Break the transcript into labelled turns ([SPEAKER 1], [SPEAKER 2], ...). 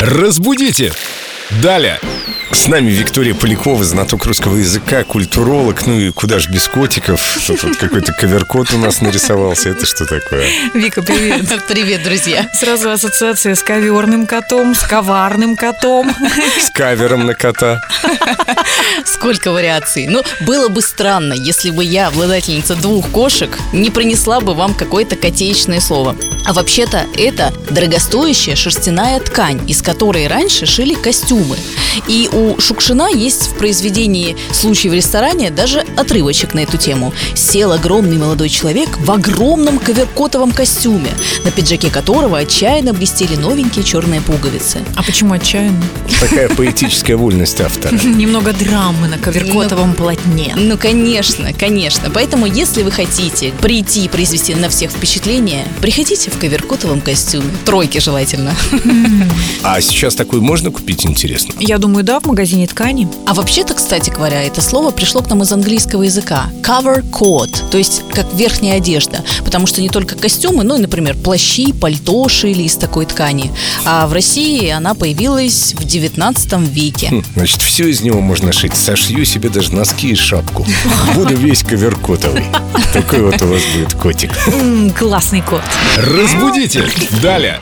[SPEAKER 1] Разбудите! Далее! С нами Виктория Полякова, знаток русского языка, культуролог, ну и куда ж без котиков. Тут вот какой-то коверкот у нас нарисовался. Это что такое?
[SPEAKER 2] Вика, привет.
[SPEAKER 3] Привет, друзья.
[SPEAKER 2] Сразу ассоциация с коверным котом, с коварным котом.
[SPEAKER 1] С кавером на кота.
[SPEAKER 3] Сколько вариаций. Ну, было бы странно, если бы я, обладательница двух кошек, не принесла бы вам какое-то котеечное слово. А вообще-то это дорогостоящая шерстяная ткань, из которой раньше шили костюмы. И у Шукшина есть в произведении «Случай в ресторане» даже отрывочек на эту тему. Сел огромный молодой человек в огромном коверкотовом костюме, на пиджаке которого отчаянно блестели новенькие черные пуговицы.
[SPEAKER 2] А почему отчаянно?
[SPEAKER 1] Такая поэтическая вольность автора.
[SPEAKER 2] Немного драмы на коверкотовом полотне.
[SPEAKER 3] Ну, конечно, конечно. Поэтому, если вы хотите прийти и произвести на всех впечатление, приходите в коверкотовом костюме. Тройки желательно.
[SPEAKER 1] А сейчас такой можно купить, интересно?
[SPEAKER 2] Я думаю, да, в магазине ткани.
[SPEAKER 3] А вообще-то, кстати говоря, это слово пришло к нам из английского языка. Cover coat, то есть как верхняя одежда. Потому что не только костюмы, но и, например, плащи, пальто шили из такой ткани. А в России она появилась в 19 веке.
[SPEAKER 1] Хм, Значит, все из него можно шить. Сошью себе даже носки и шапку. Буду весь коверкотовый. Такой вот у вас будет котик.
[SPEAKER 2] М, классный кот.
[SPEAKER 1] Разбудите! Далее!